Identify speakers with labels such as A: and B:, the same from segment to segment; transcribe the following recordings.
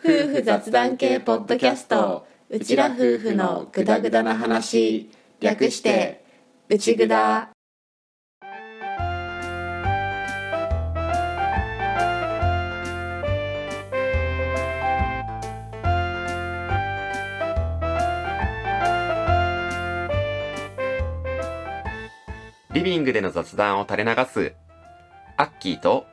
A: 夫婦雑談系ポッドキャストうちら夫婦のグダグダな話略してうちぐだ
B: リビングでの雑談を垂れ流すアッキーと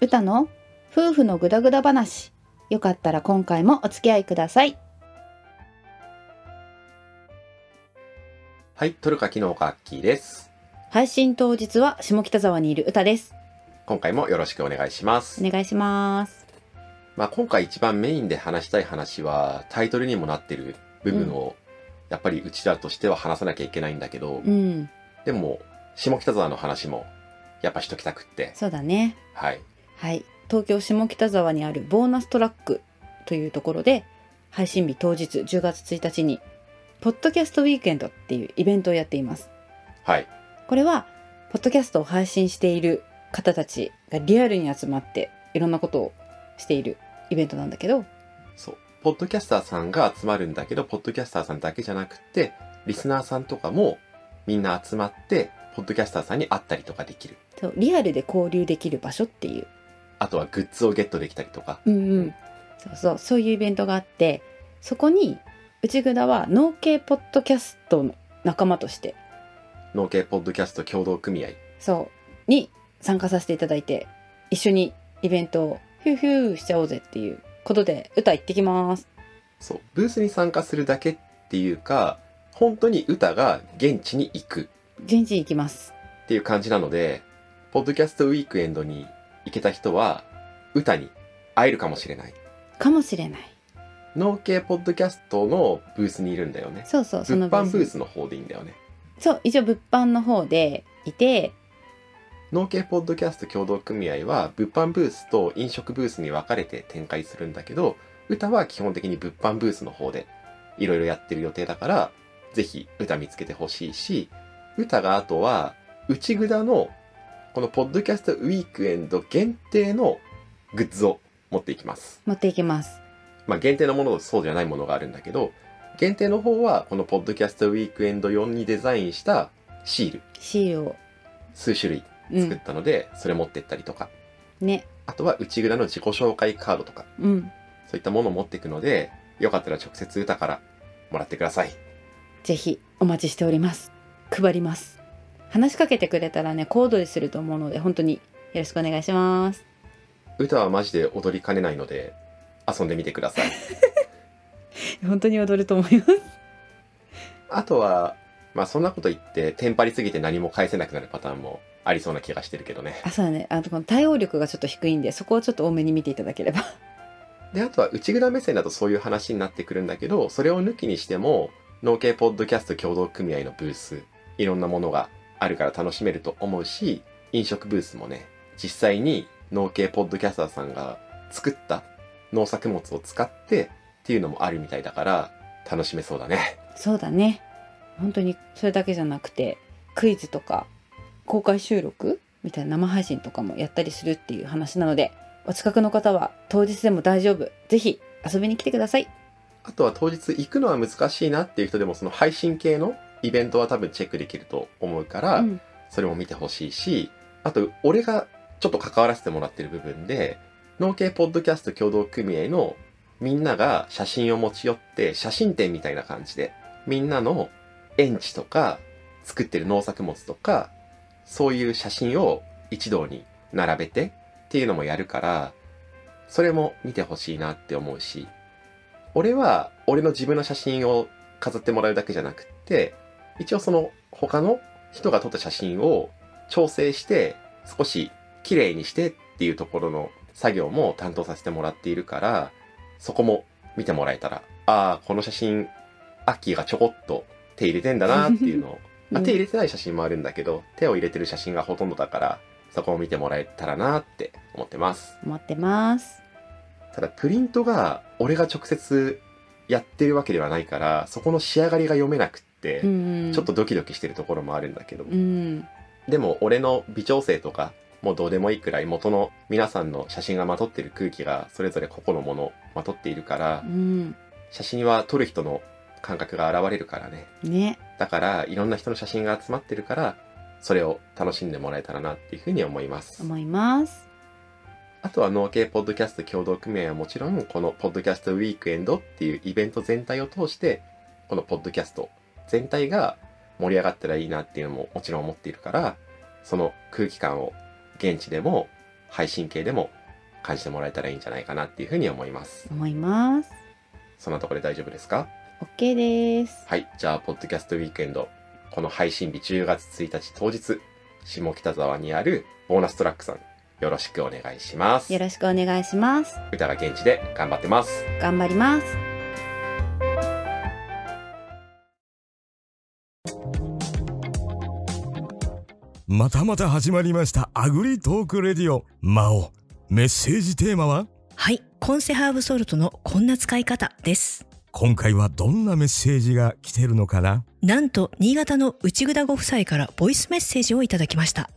C: 歌の夫婦のグダグダ話よかったら今回もお付き合いください
B: はい取るか機能かアッキーです
C: 配信当日は下北沢にいる歌です
B: 今回もよろしくお願いします、
C: お願いします
B: まあ、今回一番メインで話したい話はタイトルにもなってる部分を、やっぱりうちらとしては話さなきゃいけないんだけど、
C: うん
B: でも下北沢の話もやっぱしときたくって
C: そうだね
B: はい
C: はい東京下北沢にあるボーナストラックというところで配信日当日10月1日にポッドキャストウィークエンドっていうイベントをやっています
B: はい
C: これはポッドキャストを配信している方たちがリアルに集まっていろんなことをしているイベントなんだけど
B: そうポッドキャスターさんが集まるんだけどポッドキャスターさんだけじゃなくってリスナーさんとかもみんな集まってポッドキャスターさんに会ったりとかできる
C: そうリアルで交流できる場所っていう
B: あとはグッズをゲットできたりとか
C: うんうん、そうそうそういうイベントがあってそこに内蔵は農系ポッドキャストの仲間として
B: 農系ポッドキャスト協同組合
C: そうに参加させていただいて一緒にイベントをヒューヒューしちゃおうぜっていうことで歌行ってきます
B: そうブースに参加するだけっていうか本当に歌が現地に行く
C: 現地に行きます
B: っていう感じなのでポッドキャストウィークエンドに行けた人は歌に会えるかもしれない
C: かもしれない
B: 農系ポッドキャストのブースにいるんだよね
C: そうそうそ
B: 物
C: の
B: 販ブースの方でいいんだよね
C: そう一応物販の方でいて
B: 農系ポッドキャスト協同組合は物販ブースと飲食ブースに分かれて展開するんだけど歌は基本的に物販ブースの方でいろいろやってる予定だからぜひ歌見つけてほしいし歌があとは内ぐだのこのポッドキャストウィークエンド限定のグッズを持っていきます
C: 持っていきます
B: まあ限定のものとそうじゃないものがあるんだけど限定の方はこのポッドキャストウィークエンド用にデザインしたシール
C: シールを
B: 数種類
C: う
B: 作っ
C: ん
B: たので、それ持ってったりとか
C: ね
B: あとは内蔵の自己紹介カードとか、
C: うん
B: そういったものを持っていくので、よかったら直接歌からもらってください。
C: ぜひお待ちしております。配ります。話しかけてくれたらね、小躍りすると思うので、本当によろしくお願いします。
B: 歌はマジで踊りかねないので、遊んでみてください。
C: 本当に踊ると思います。
B: あとは、まあそんなこと言って、テンパりすぎて何も返せなくなるパターンもありそうな気がしてるけどね。
C: あ、そうだね。あの、この対応力がちょっと低いんで、そこをちょっと多めに見ていただければ。
B: で、あとは内蔵目線だとそういう話になってくるんだけど、それを抜きにしても、農系ポッドキャスト協同組合のブース、いろんなものがあるから楽しめると思うし、飲食ブースもね、実際に農系ポッドキャスターさんが作った農作物を使ってっていうのもあるみたいだから、楽しめそうだね。
C: そうだね。本当にそれだけじゃなくて、クイズとか、公開収録みたいな生配信とかもやったりするっていう話なので、お近くの方は当日でも大丈夫。ぜひ遊びに来てください。
B: あとは当日行くのは難しいなっていう人でも、その配信系のイベントは多分チェックできると思うから、
C: うん。
B: それも見てほしいし、あと、俺がちょっと関わらせてもらってる部分で、農系ポッドキャスト協同組合のみんなが写真を持ち寄って、写真展みたいな感じで、みんなの園地とか、作ってる農作物とか、そういう写真を一堂に並べてっていうのもやるから、それも見てほしいなって思うし、俺は俺の自分の写真を飾ってもらうだけじゃなくって、一応その他の人が撮った写真を調整して少し綺麗にしてっていうところの作業も担当させてもらっているからそこも見てもらえたらああこの写真アッキーがちょこっと手入れてんだなっていうの を、
C: う
B: あ
C: ん
B: 手入れてない写真もあるんだけど手を入れてる写真がほとんどだからそこを見てもらえたらなって思ってます
C: 待ってます。
B: ただプリントが俺が直接やってるわけではないからそこの仕上がりが読めなくって、
C: うん。
B: ちょっと。ドキドキしてるところもあるんだけど、
C: うん。
B: でも俺の微調整とかもうどうでもいいくらい元の皆さんの写真がまとってる空気がそれぞれ個々のものをまとっているから、
C: うん
B: 写真は撮る人の感覚が現れるからね
C: ね
B: だからいろんな人の写真が集まってるからそれを楽しんでもらえたらなっていうふうに思います
C: 思います
B: あとは農系ポッドキャスト協同組合はもちろんこのポッドキャストウィークエンドっていうイベント全体を通してこのポッドキャスト全体が盛り上がったらいいなっていうのももちろん思っているからその空気感を現地でも配信系でも感じてもらえたらいいんじゃないかなっていうふうに思います
C: 思います
B: そんなところで大丈夫ですか
C: OK です
B: はい、じゃあ、ポッドキャストウィークエンド、この配信日10月1日当日、下北沢にあるボーナストラックさん、よろしくお願いします
C: よ。ろしくお願いします
B: 歌が現地で頑張ってます。
C: 頑張ります
D: またまた始まりましたアグリトークレディオ魔王メッセージテーマは
E: はい、コンセハーブソルトのこんな使い方です。
D: 今回はどんなメッセージが来てるのかな
E: なんと、新潟の内ぐだご夫妻からボイスメッセージをいただきました。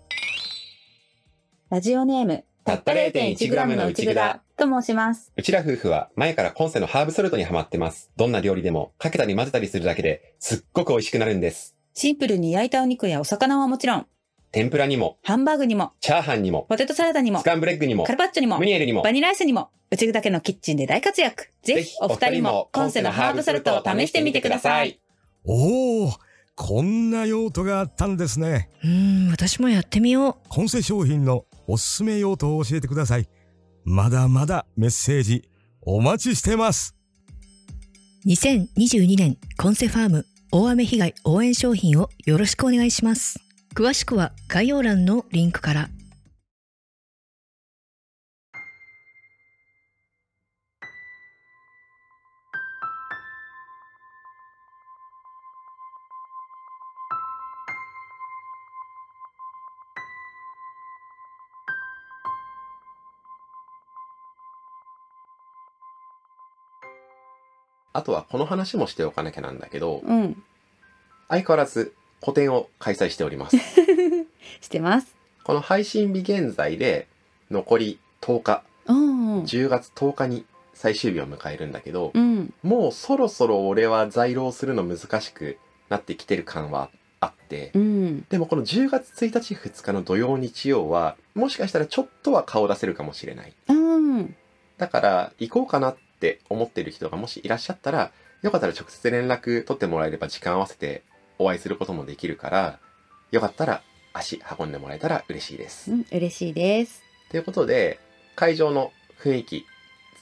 C: ラジオネーム
B: たった 0.1g の内蔵
C: と申します
B: うちら夫婦は前から今世のハーブソルトにハマってます。どんな料理でもかけたり混ぜたりするだけですっごく美味しくなるんです。
C: シンプルに焼いたお肉やお魚はもちろん
B: 天ぷらにも、
C: ハンバーグにも
B: チャーハンにも、
C: ポテトサラダにも
B: スカンブレッグにも
C: カ、ルパッチョにも
B: ムニエルにも
C: バ、ニラアイスにも内ぐだけのキッチンで大活躍ぜひお二人も今世のハーブソルトを試してみてください。
D: おおこんな用途があったんですね
E: うーん、私もやってみよう。
D: 今世商品のおすすめ用途を教えてくださいまだまだメッセージお待ちしてます
E: 2022年、コンセファーム大雨被害応援商品をよろしくお願いします。詳しくは概要欄のリンクから。
B: あとはこの話もしておかなきゃなんだけど、
C: うん
B: 相変わらず個展を開催してお ります。
C: してます
B: この配信日現在で残り10日
C: うん
B: 10月10日に最終日を迎えるんだけど、
C: うん
B: もうそろそろ俺は在労するの難しくなってきてる感はあって、
C: うん
B: でもこの10月1日2日の土曜日曜はもしかしたらちょっとは顔出せるかもしれない
C: うん
B: だから行こうかなって思ってる人がもしいらっしゃったらよかったら直接連絡取ってもらえれば時間合わせてお会いすることもできるからよかったら足運んでもらえたら嬉しいです
C: うん嬉しいです
B: ということで、会場の雰囲気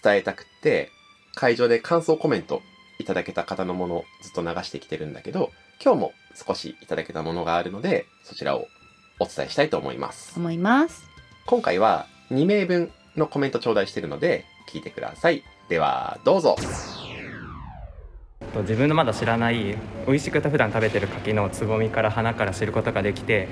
B: 伝えたくって、会場で感想コメントいただけた方のものをずっと流してきてるんだけど、今日も少しいただけたものがあるので、そちらをお伝えしたいと思います。
C: 思います
B: 今回は2名分のコメント頂戴してるので、聞いてください。では、どうぞ。
F: と自分のまだ知らない美味しく普段食べてる柿のつぼみから花から知ることができて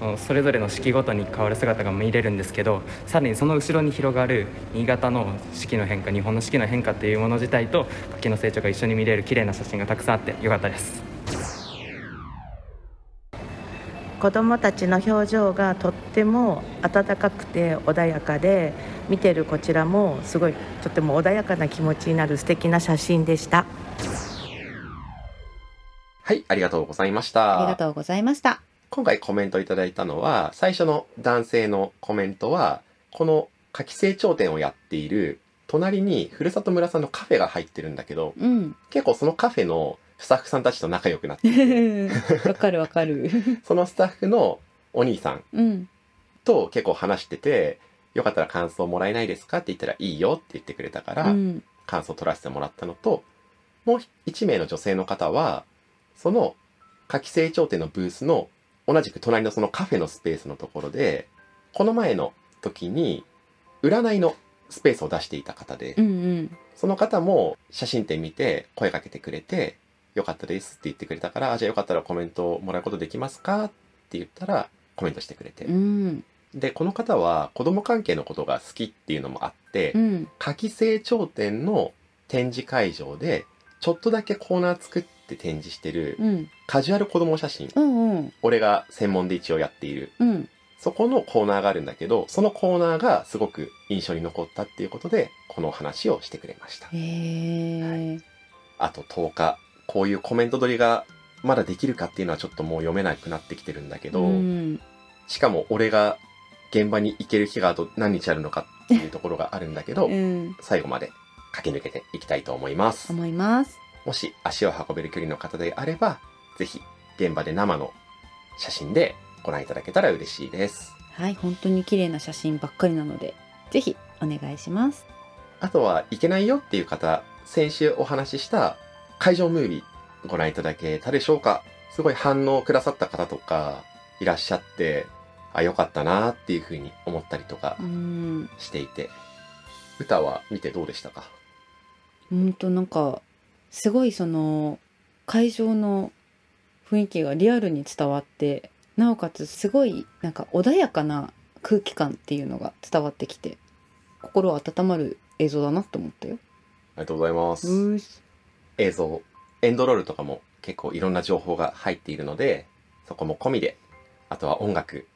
F: そのそれぞれの四季ごとに変わる姿が見れるんですけどさらにその後ろに広がる新潟の四季の変化日本の四季の変化っていうもの自体と柿の成長が一緒に見れる綺麗な写真がたくさんあってよかったです。
G: 子どもたちの表情がとっても温かくて穏やかで見てるこちらもすごいとても穏やかな気持ちになる素敵な写真でした。
B: はい、ありがとうございまし
C: あ
B: た。
C: りがとうございました
B: 今回コメントいただいたのは、最初の男性のコメントは、この夏季成長展をやっている、隣にふるさと村さんのカフェが入ってるんだけど、
C: うん
B: 結構そのカフェのスタッフさんたちと仲良くなって、
C: わかるわかる
B: そのスタッフのお兄さん
C: うん
B: と結構話してて、よかったら感想もらえないですかって言ったらいいよって言ってくれたから、
C: うん
B: 感想取らせてもらったのと、もう一名の女性の方は、その夏季成長展のブースの同じく隣のそのカフェのスペースのところで、この前の時に占いのスペースを出していた方で、
C: うんうん
B: その方も写真展見て声かけてくれて、よかったですって言ってくれたから、あじゃあよかったらコメントもらうことできますかって言ったらコメントしてくれて
C: う。ん
B: で、この方は子供関係のことが好きっていうのもあって、
C: うん
B: 夏季成長展の展示会場でちょっとだけコーナー作って展示してる
C: うん
B: カジュアル子供写真
C: うんうん
B: 俺が専門で一応やっている
C: うん
B: そこのコーナーがあるんだけど、そのコーナーがすごく印象に残ったっていうことで、この話をしてくれました。
C: へえ、
B: あと10日、こういうコメント取りがまだできるかっていうのはちょっともう読めなくなってきてるんだけど、
C: うん、
B: しかも俺が現場に行ける日があと何日あるのかっていうところがあるんだけど、
C: うん、
B: 最後まで駆け抜けていきたいと思います。
C: 思います。
B: もし足を運べる距離の方であれば、ぜひ現場で生の写真でご覧いただけたら嬉しいです。
C: はい、本当に綺麗な写真ばっかりなので、ぜひお願いします。
B: あとはいけないよっていう方、先週お話しした会場ムービーご覧いただけたでしょうかすごい反応くださった方とかいらっしゃって、あ、よかったなっていうふうに思ったりとか
C: うん、
B: していて、歌は見てどうでしたか
C: うんとなんかすごいその会場の雰囲気がリアルに伝わって、なおかつすごいなんか穏やかな空気感っていうのが伝わってきて、心温まる映像だなと思ったよ。
B: ありがとうございます。
C: うし
B: 映像、エンドロールとかも結構いろんな情報が入っているので、そこも込みで、あとは音楽、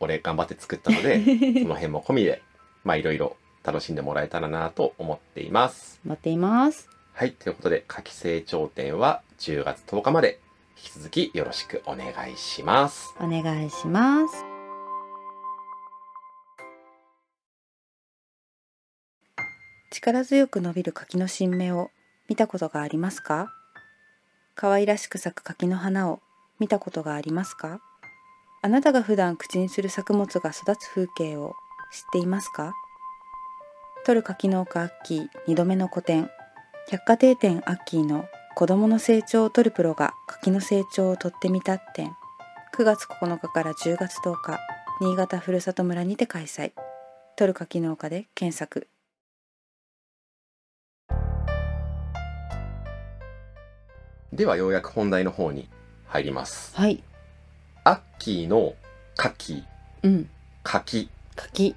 B: 俺頑張って作ったので、 その辺も込みで、まあいろいろ楽しんでもらえたらなと思っています。
C: 待っています。
B: はい、ということで、夏季成長展は10月10日まで引き続きよろしくお願いします。
C: お願いします。力強く伸びる柿の新芽を見たことがありますか可愛らしく咲く柿の花を見たことがありますかあなたが普段口にする作物が育つ風景を知っていますか取る柿農家アッキー2度目の個展百貨定店アッキーの子供の成長を取るプロが柿の成長をとってみた展9月9日から10月10日新潟ふるさと村にて開催取る柿農家で検索
B: ではようやく本題の方に入ります。
C: はい、
B: アッキーの夏季、
C: うん、
B: 柿
C: 柿。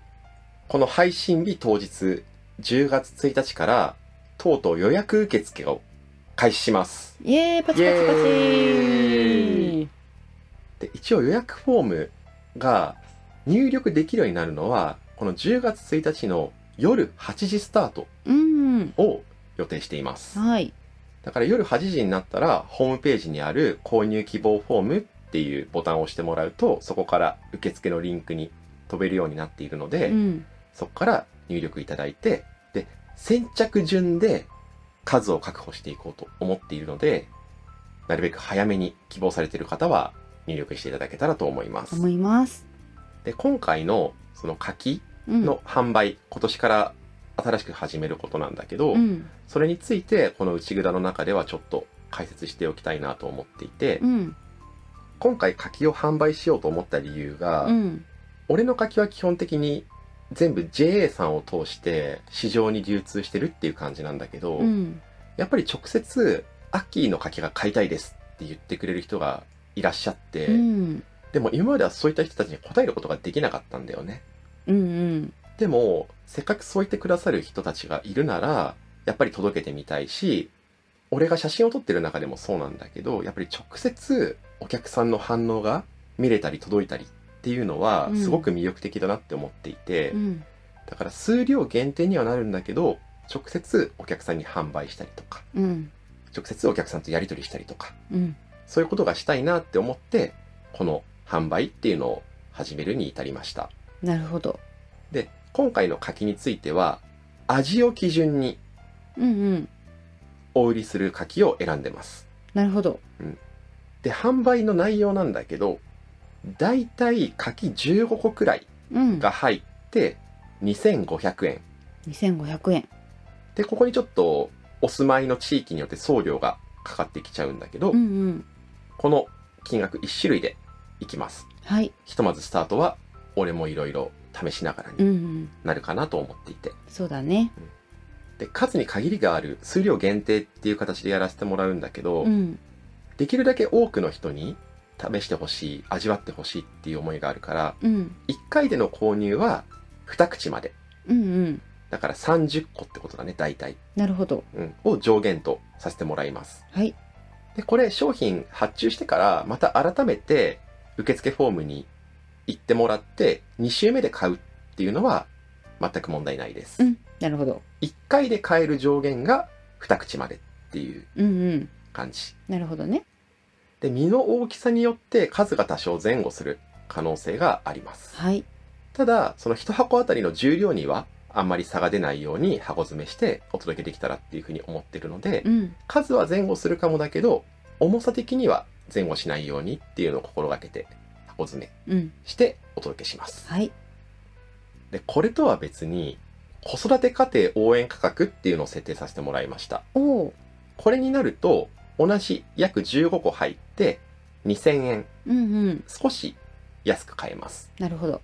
B: この配信日当日10月1日からとうとう予約受付を開始します
C: イエーイ、パチパチパ
B: イエー
C: チ。
B: で一応予約フォームが入力できるようになるのはこの10月1日の夜8時スタート
C: うん、
B: を予定しています
C: はい、
B: だから夜8時になったらホームページにある購入希望フォームっていうボタンを押してもらうとそこから受付のリンクに飛べるようになっているので、
C: うん、
B: そこから入力いただいて、で、先着順で数を確保していこうと思っているので、なるべく早めに希望されている方は入力していただけたらと思います。
C: 思います。
B: で、今回のその柿
C: うん、
B: の販売、今年から新しく始めることなんだけど、
C: うん、
B: それについてこの内蔵の中ではちょっと解説しておきたいなと思っていて、
C: うん、
B: 今回柿を販売しようと思った理由が、
C: うん、
B: 俺の柿は基本的に全部 JA さんを通して市場に流通してるっていう感じなんだけど、
C: うん、
B: やっぱり直接アッキーの柿が買いたいですって言ってくれる人がいらっしゃって、
C: うん、
B: でも今まではそういった人たちに答えることができなかったんだよね
C: うん、
B: でもせっかくそう言ってくださる人たちがいるならやっぱり届けてみたいし俺が写真を撮ってる中でもそうなんだけどやっぱり直接お客さんの反応が見れたり届いたりっていうのは
C: うん
B: すごく魅力的だなって思っていて、
C: うん、
B: だから数量限定にはなるんだけど直接お客さんに販売したりとか
C: うん、
B: 直接お客さんとやり取りしたりとか
C: うん、
B: そういうことがしたいなって思ってこの販売っていうのを始めるに至りました
C: なるほど。
B: で今回の柿については味を基準に
C: うん、うん、
B: お売りする柿を選んでます
C: なるほど。
B: で販売の内容なんだけどだいたい柿15個くらい
C: うん、
B: が入って2500円
C: 二千五百円。
B: でここにちょっとお住まいの地域によって送料がかかってきちゃうんだけど、
C: うん、うん、
B: この金額1種類でいきます
C: はい、
B: ひとまずスタートは俺もいろいろ試しながら
C: うん、
B: に
C: うん、
B: なるかなと思っていて、
C: そうだね。
B: で数に限りがある数量限定っていう形でやらせてもらうんだけど、
C: うん、
B: できるだけ多くの人に試してほしい味わってほしいっていう思いがあるから
C: うん、
B: 1回での購入は2口まで
C: うん、うん、
B: だから30個ってことだね大体、
C: なるほど。
B: うん、を上限とさせてもらいます
C: はい、
B: でこれ商品発注してからまた改めて受付フォームに行ってもらって2週目で買うっていうのは全く問題ないです、
C: うんなるほど
B: 1回で買える上限が2口までっていう
C: うんうん
B: 感じ
C: なるほどね
B: で実の大きさによって数が多少前後する可能性があります
C: はい
B: ただその1箱あたりの重量にはあんまり差が出ないように箱詰めしてお届けできたらっていうふうに思ってるので、
C: うん
B: 数は前後するかもだけど重さ的には前後しないようにっていうのを心がけて箱詰め
C: うん
B: してお届けします
C: はい
B: でこれとは別に子育て家庭応援価格っていうのを設定させてもらいました
C: おお
B: これになると同じ約15個入って2000円
C: うんうん
B: 少し安く買えます
C: なるほど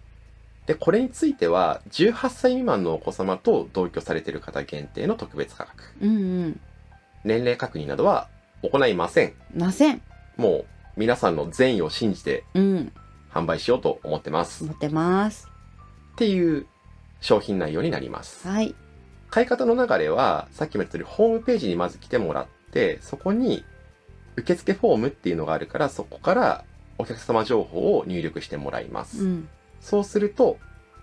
B: でこれについては18歳未満のお子様と同居されている方限定の特別価格
C: うんうん
B: 年齢確認などは行いません
C: なせん
B: もう皆さんの善意を信じて
C: うん
B: 販売しようと思ってますっ
C: 持ってます
B: ていう商品内容になります
C: はい
B: 買い方の流れはさっきも言ったようにホームページにまず来てもらってそこに受付フォームっていうのがあるからそこからお客様情報を入力してもらいます、
C: うん
B: そうすると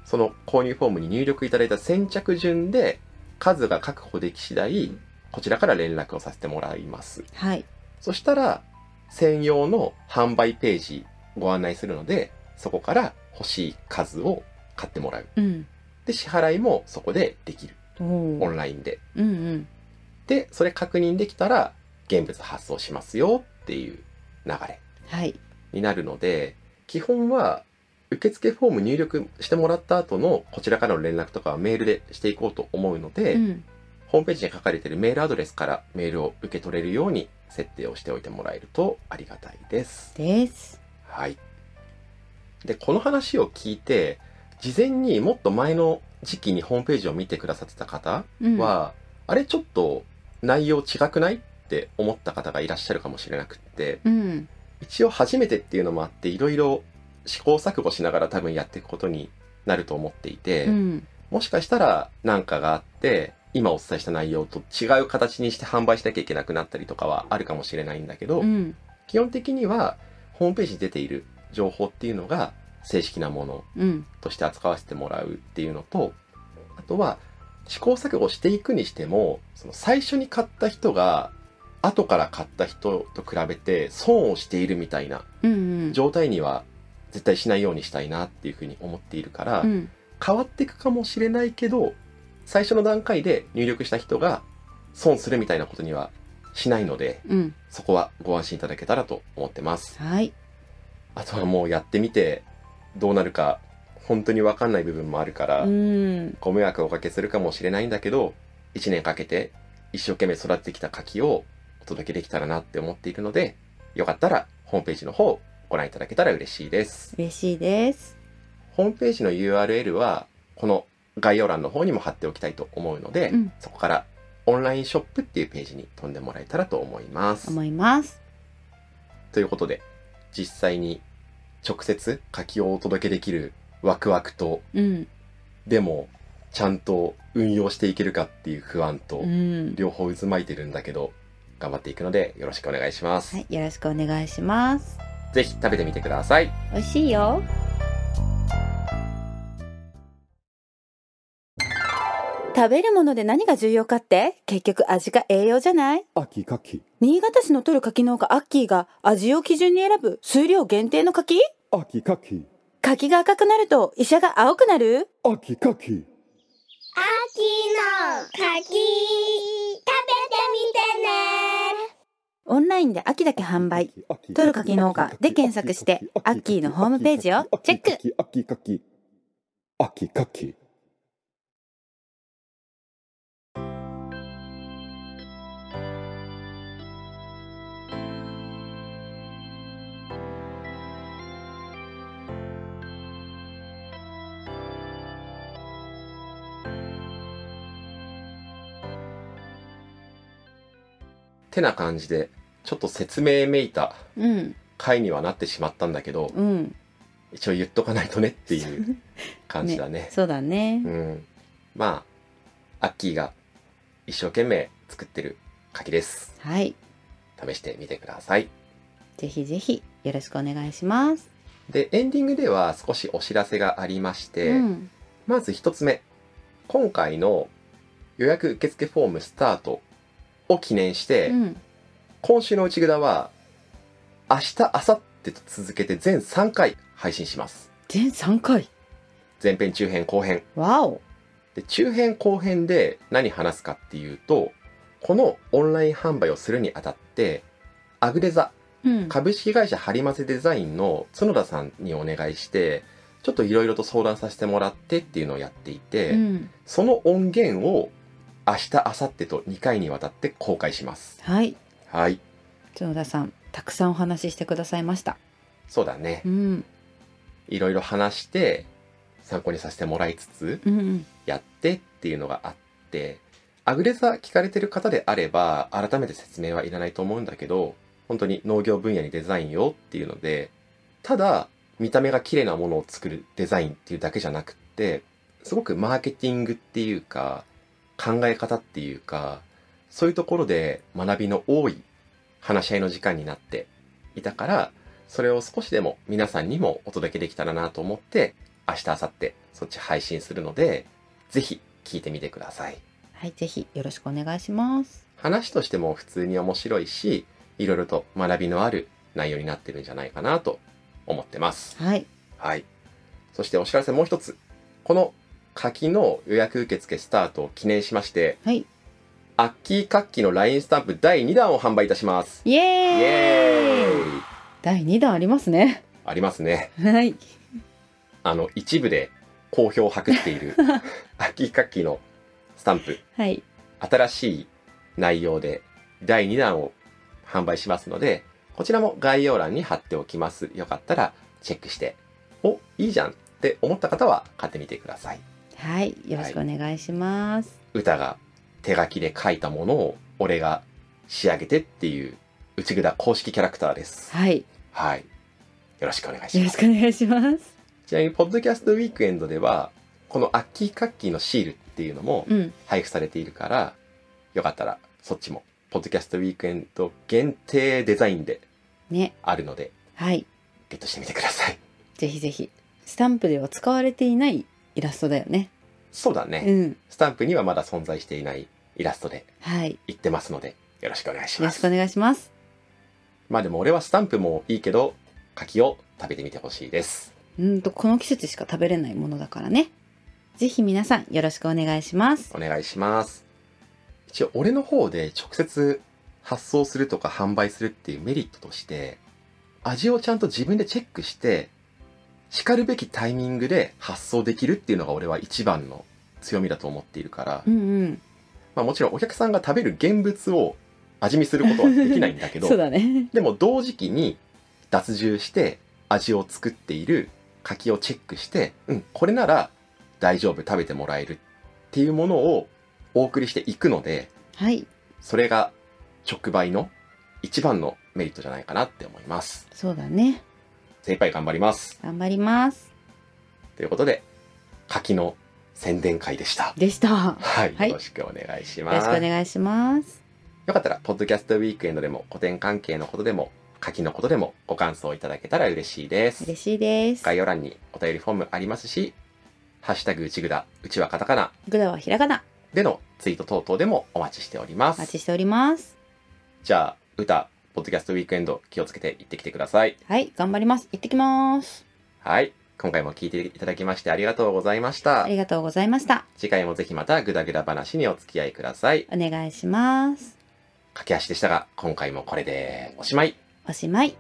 B: その購入フォームに入力いただいた先着順で数が確保でき次第こちらから連絡をさせてもらいます
C: はい
B: そしたら専用の販売ページご案内するのでそこから欲しい数を買ってもらう
C: うん
B: で支払いもそこでできる
C: お
B: オ
C: お
B: ンラインで
C: うんうん
B: でそれ確認できたら現物発送しますよっていう流れ
C: はい
B: になるので基本は受付フォーム入力してもらった後のこちらからの連絡とかはメールでしていこうと思うので、
C: うん
B: ホームページに書かれているメールアドレスからメールを受け取れるように設定をしておいてもらえるとありがたいです。
C: です
B: はい。で、この話を聞いて、事前にもっと前の時期にホームページを見てくださってた方
C: うん
B: は、あれちょっと内容違くないって思った方がいらっしゃるかもしれなくって、
C: うん
B: 一応初めてっていうのもあっていろいろ試行錯誤しながら多分やっていくことになると思っていて、
C: うん
B: もしかしたら何かがあって今お伝えした内容と違う形にして販売しなきゃいけなくなったりとかはあるかもしれないんだけど、
C: うん
B: 基本的にはホームページに出ている情報っていうのが正式なもの
C: うん
B: として扱わせてもらうっていうのとあとは試行錯誤していくにしてもその最初に買った人が後から買った人と比べて損をしているみたいな
C: うんうん
B: 状態には絶対しないようにしたいなっていうふうに思っているから、
C: うん
B: 変わっていくかもしれないけど最初の段階で入力した人が損するみたいなことにはしないので
C: うん
B: そこはご安心いただけたらと思ってます
C: はい
B: あとはもうやってみてどうなるか本当に分かんない部分もあるから、
C: うん
B: ご迷惑をおかけするかもしれないんだけど1年かけて一生懸命育ってきた柿をお届けできたらなって思っているのでよかったらホームページの方をご覧いただけたら嬉しいです
C: 嬉しいです
B: ホームページの URL はこの概要欄の方にも貼っておきたいと思うので、
C: うん
B: そこからオンラインショップっていうページに飛んでもらえたらと思います。
C: 思います
B: ということで実際に直接柿をお届けできるワクワクと
C: うん
B: でもちゃんと運用していけるかっていう不安と
C: うん
B: 両方渦巻いてるんだけど頑張っていくのでよろしくお願いします。
C: はいよろしくお願いします
B: ぜひ食べてみてください。
C: 美味しいよ食べるもので何が重要かって結局味か栄養じゃない
H: 秋かき
C: 新潟市の取る柿農家アッキーが味を基準に選ぶ数量限定の柿
H: 秋かき
C: 柿が赤くなると医者が青くなる
H: 秋かき
I: 秋の柿食べてみてね
C: オンラインで秋だけ販売
H: 取
C: 取る柿農家で検索してアッキーのホームページをチェック
H: 秋かき秋かき
B: てな感じでちょっと説明めいた
C: うん
B: 回にはなってしまったんだけど、
C: うん
B: 一応言っとかないとねっていう感じだね
C: そうだね
B: うんまあアッキーが一生懸命作ってる柿です
C: はい
B: 試してみてください
C: ぜひぜひよろしくお願いします
B: でエンディングでは少しお知らせがありまして、
C: うん
B: まず一つ目今回の予約受付フォームスタートを記念して、
C: うん
B: 今週の内ぐだは明日明後日と続けて全3回配信します
C: 全3回
B: 前編中編後編
C: わお
B: で中編後編で何話すかっていうとこのオンライン販売をするにあたってアグレザ
C: うん
B: 株式会社ハリマゼデザインの角田さんにお願いしてちょっといろいろと相談させてもらってっていうのをやっていて、
C: うん
B: その音源を明日明後日と2回にわたって公開します
C: はい
B: はい
C: 角田さんたくさんお話ししてくださいました
B: そうだね
C: うん
B: いろいろ話して参考にさせてもらいつつ
C: うんうん
B: やってっていうのがあってアグレザー聞かれてる方であれば改めて説明はいらないと思うんだけど本当に農業分野にデザインよっていうのでただ見た目が綺麗なものを作るデザインっていうだけじゃなくってすごくマーケティングっていうか考え方っていうかそういうところで学びの多い話し合いの時間になっていたからそれを少しでも皆さんにもお届けできたらなと思って明日明後日そっち配信するのでぜひ聞いてみてください。
C: はいぜひよろしくお願いします
B: 話としても普通に面白いし、いろいろと学びのある内容になってるんじゃないかなと思ってます。
C: はい
B: はい。そしてお知らせもう一つ。この柿の予約受付スタートを記念しまして、
C: はい
B: アッキー柿の LINE スタンプ第2弾を販売いたします。
C: イ
B: イ
C: エーイ
B: エーイ
C: 第2弾ありますね
B: ありますね。
C: はい
B: あの、一部で好評を博って いるアッキー柿のスタンプ。
C: はい
B: 新しい内容で第2弾を販売しますので、こちらも概要欄に貼っておきます。よかったらチェックして、お、いいじゃんって思った方は買ってみてください。
C: はいよろしくお願いします
B: 歌が手書きで書いたものを俺が仕上げてっていう内札公式キャラクターです。
C: はい、
B: はい。よろしくお願いし
C: よ
B: ま
C: ろし
B: す。
C: くお願いします
B: ちなみに、ポッドキャストウィークエンドでは、このアッキーカッキーのシールっていうのも
C: うん
B: 配布されているから、よかったらそっちも、ポッドキャストウィークエンド限定デザインで
C: ね
B: あるので、
C: はい
B: ゲットしてみてください。
C: ぜひぜひスタンプでは使われていないイラストだよね
B: そうだ
C: う
B: ね。
C: ん
B: スタンプにはまだ存在していないイラストで
C: はい
B: 言ってますので、よろしくお願いし
C: よろ
B: ま
C: しくお
B: す。
C: 願いします
B: まあでも俺はスタンプもいいけど、柿を食べてみてほしいです。
C: うんとこの季節しか食べれないものだからねぜひ皆さんよろしくお願いします
B: お願いします。一応俺の方で直接発送するとか販売するっていうメリットとして、味をちゃんと自分でチェックして、叱るべきタイミングで発送できるっていうのが俺は一番の強みだと思っているから、
C: うんうん
B: まあもちろんお客さんが食べる現物を味見することはできないんだけ ど
C: そう、だね
B: でも同時期に脱汁して味を作っている柿をチェックして、うん、これなら大丈夫食べてもらえるっていうものをお送りしていくので、
C: はい
B: それが直売の一番のメリットじゃないかなって思います。
C: そうだね
B: 精一杯頑張ります。
C: 頑張ります
B: ということで、柿の宣伝会でした。
C: でしたよ
B: はい、
C: はい
B: よろしくお願いしま
C: ろし
B: す。
C: くお願いします
B: よかったら、ポッドキャストウィークエンドでも、古典関係のことでも、柿のことでも、ご感想いただけたら嬉しいです。
C: 嬉しいです
B: 概要欄にお便りフォームありますし、ハッシュタグうちぐだ、うちはカタカナ
C: グダはひらがな
B: でのツイート等々でもお待ちしておりま
C: お待
B: す
C: ち。しております
B: じゃあ、歌、ポッドキャストウィークエンド気をつけて行ってきてください。
C: はい頑張ります行ってきます
B: はい。今回も聞いていただきましてありがとうございました
C: あり。がとうございました
B: 次回もぜひまたぐだぐだ話にお付き合いください。
C: お願いします
B: 駆け足でしたが、今回もこれでおしまい。
C: おしまい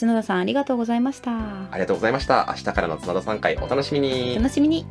C: 角田さんありがとうございました
B: ありがとうございました。明日からの綱田3回お楽しみに
C: お。楽しみに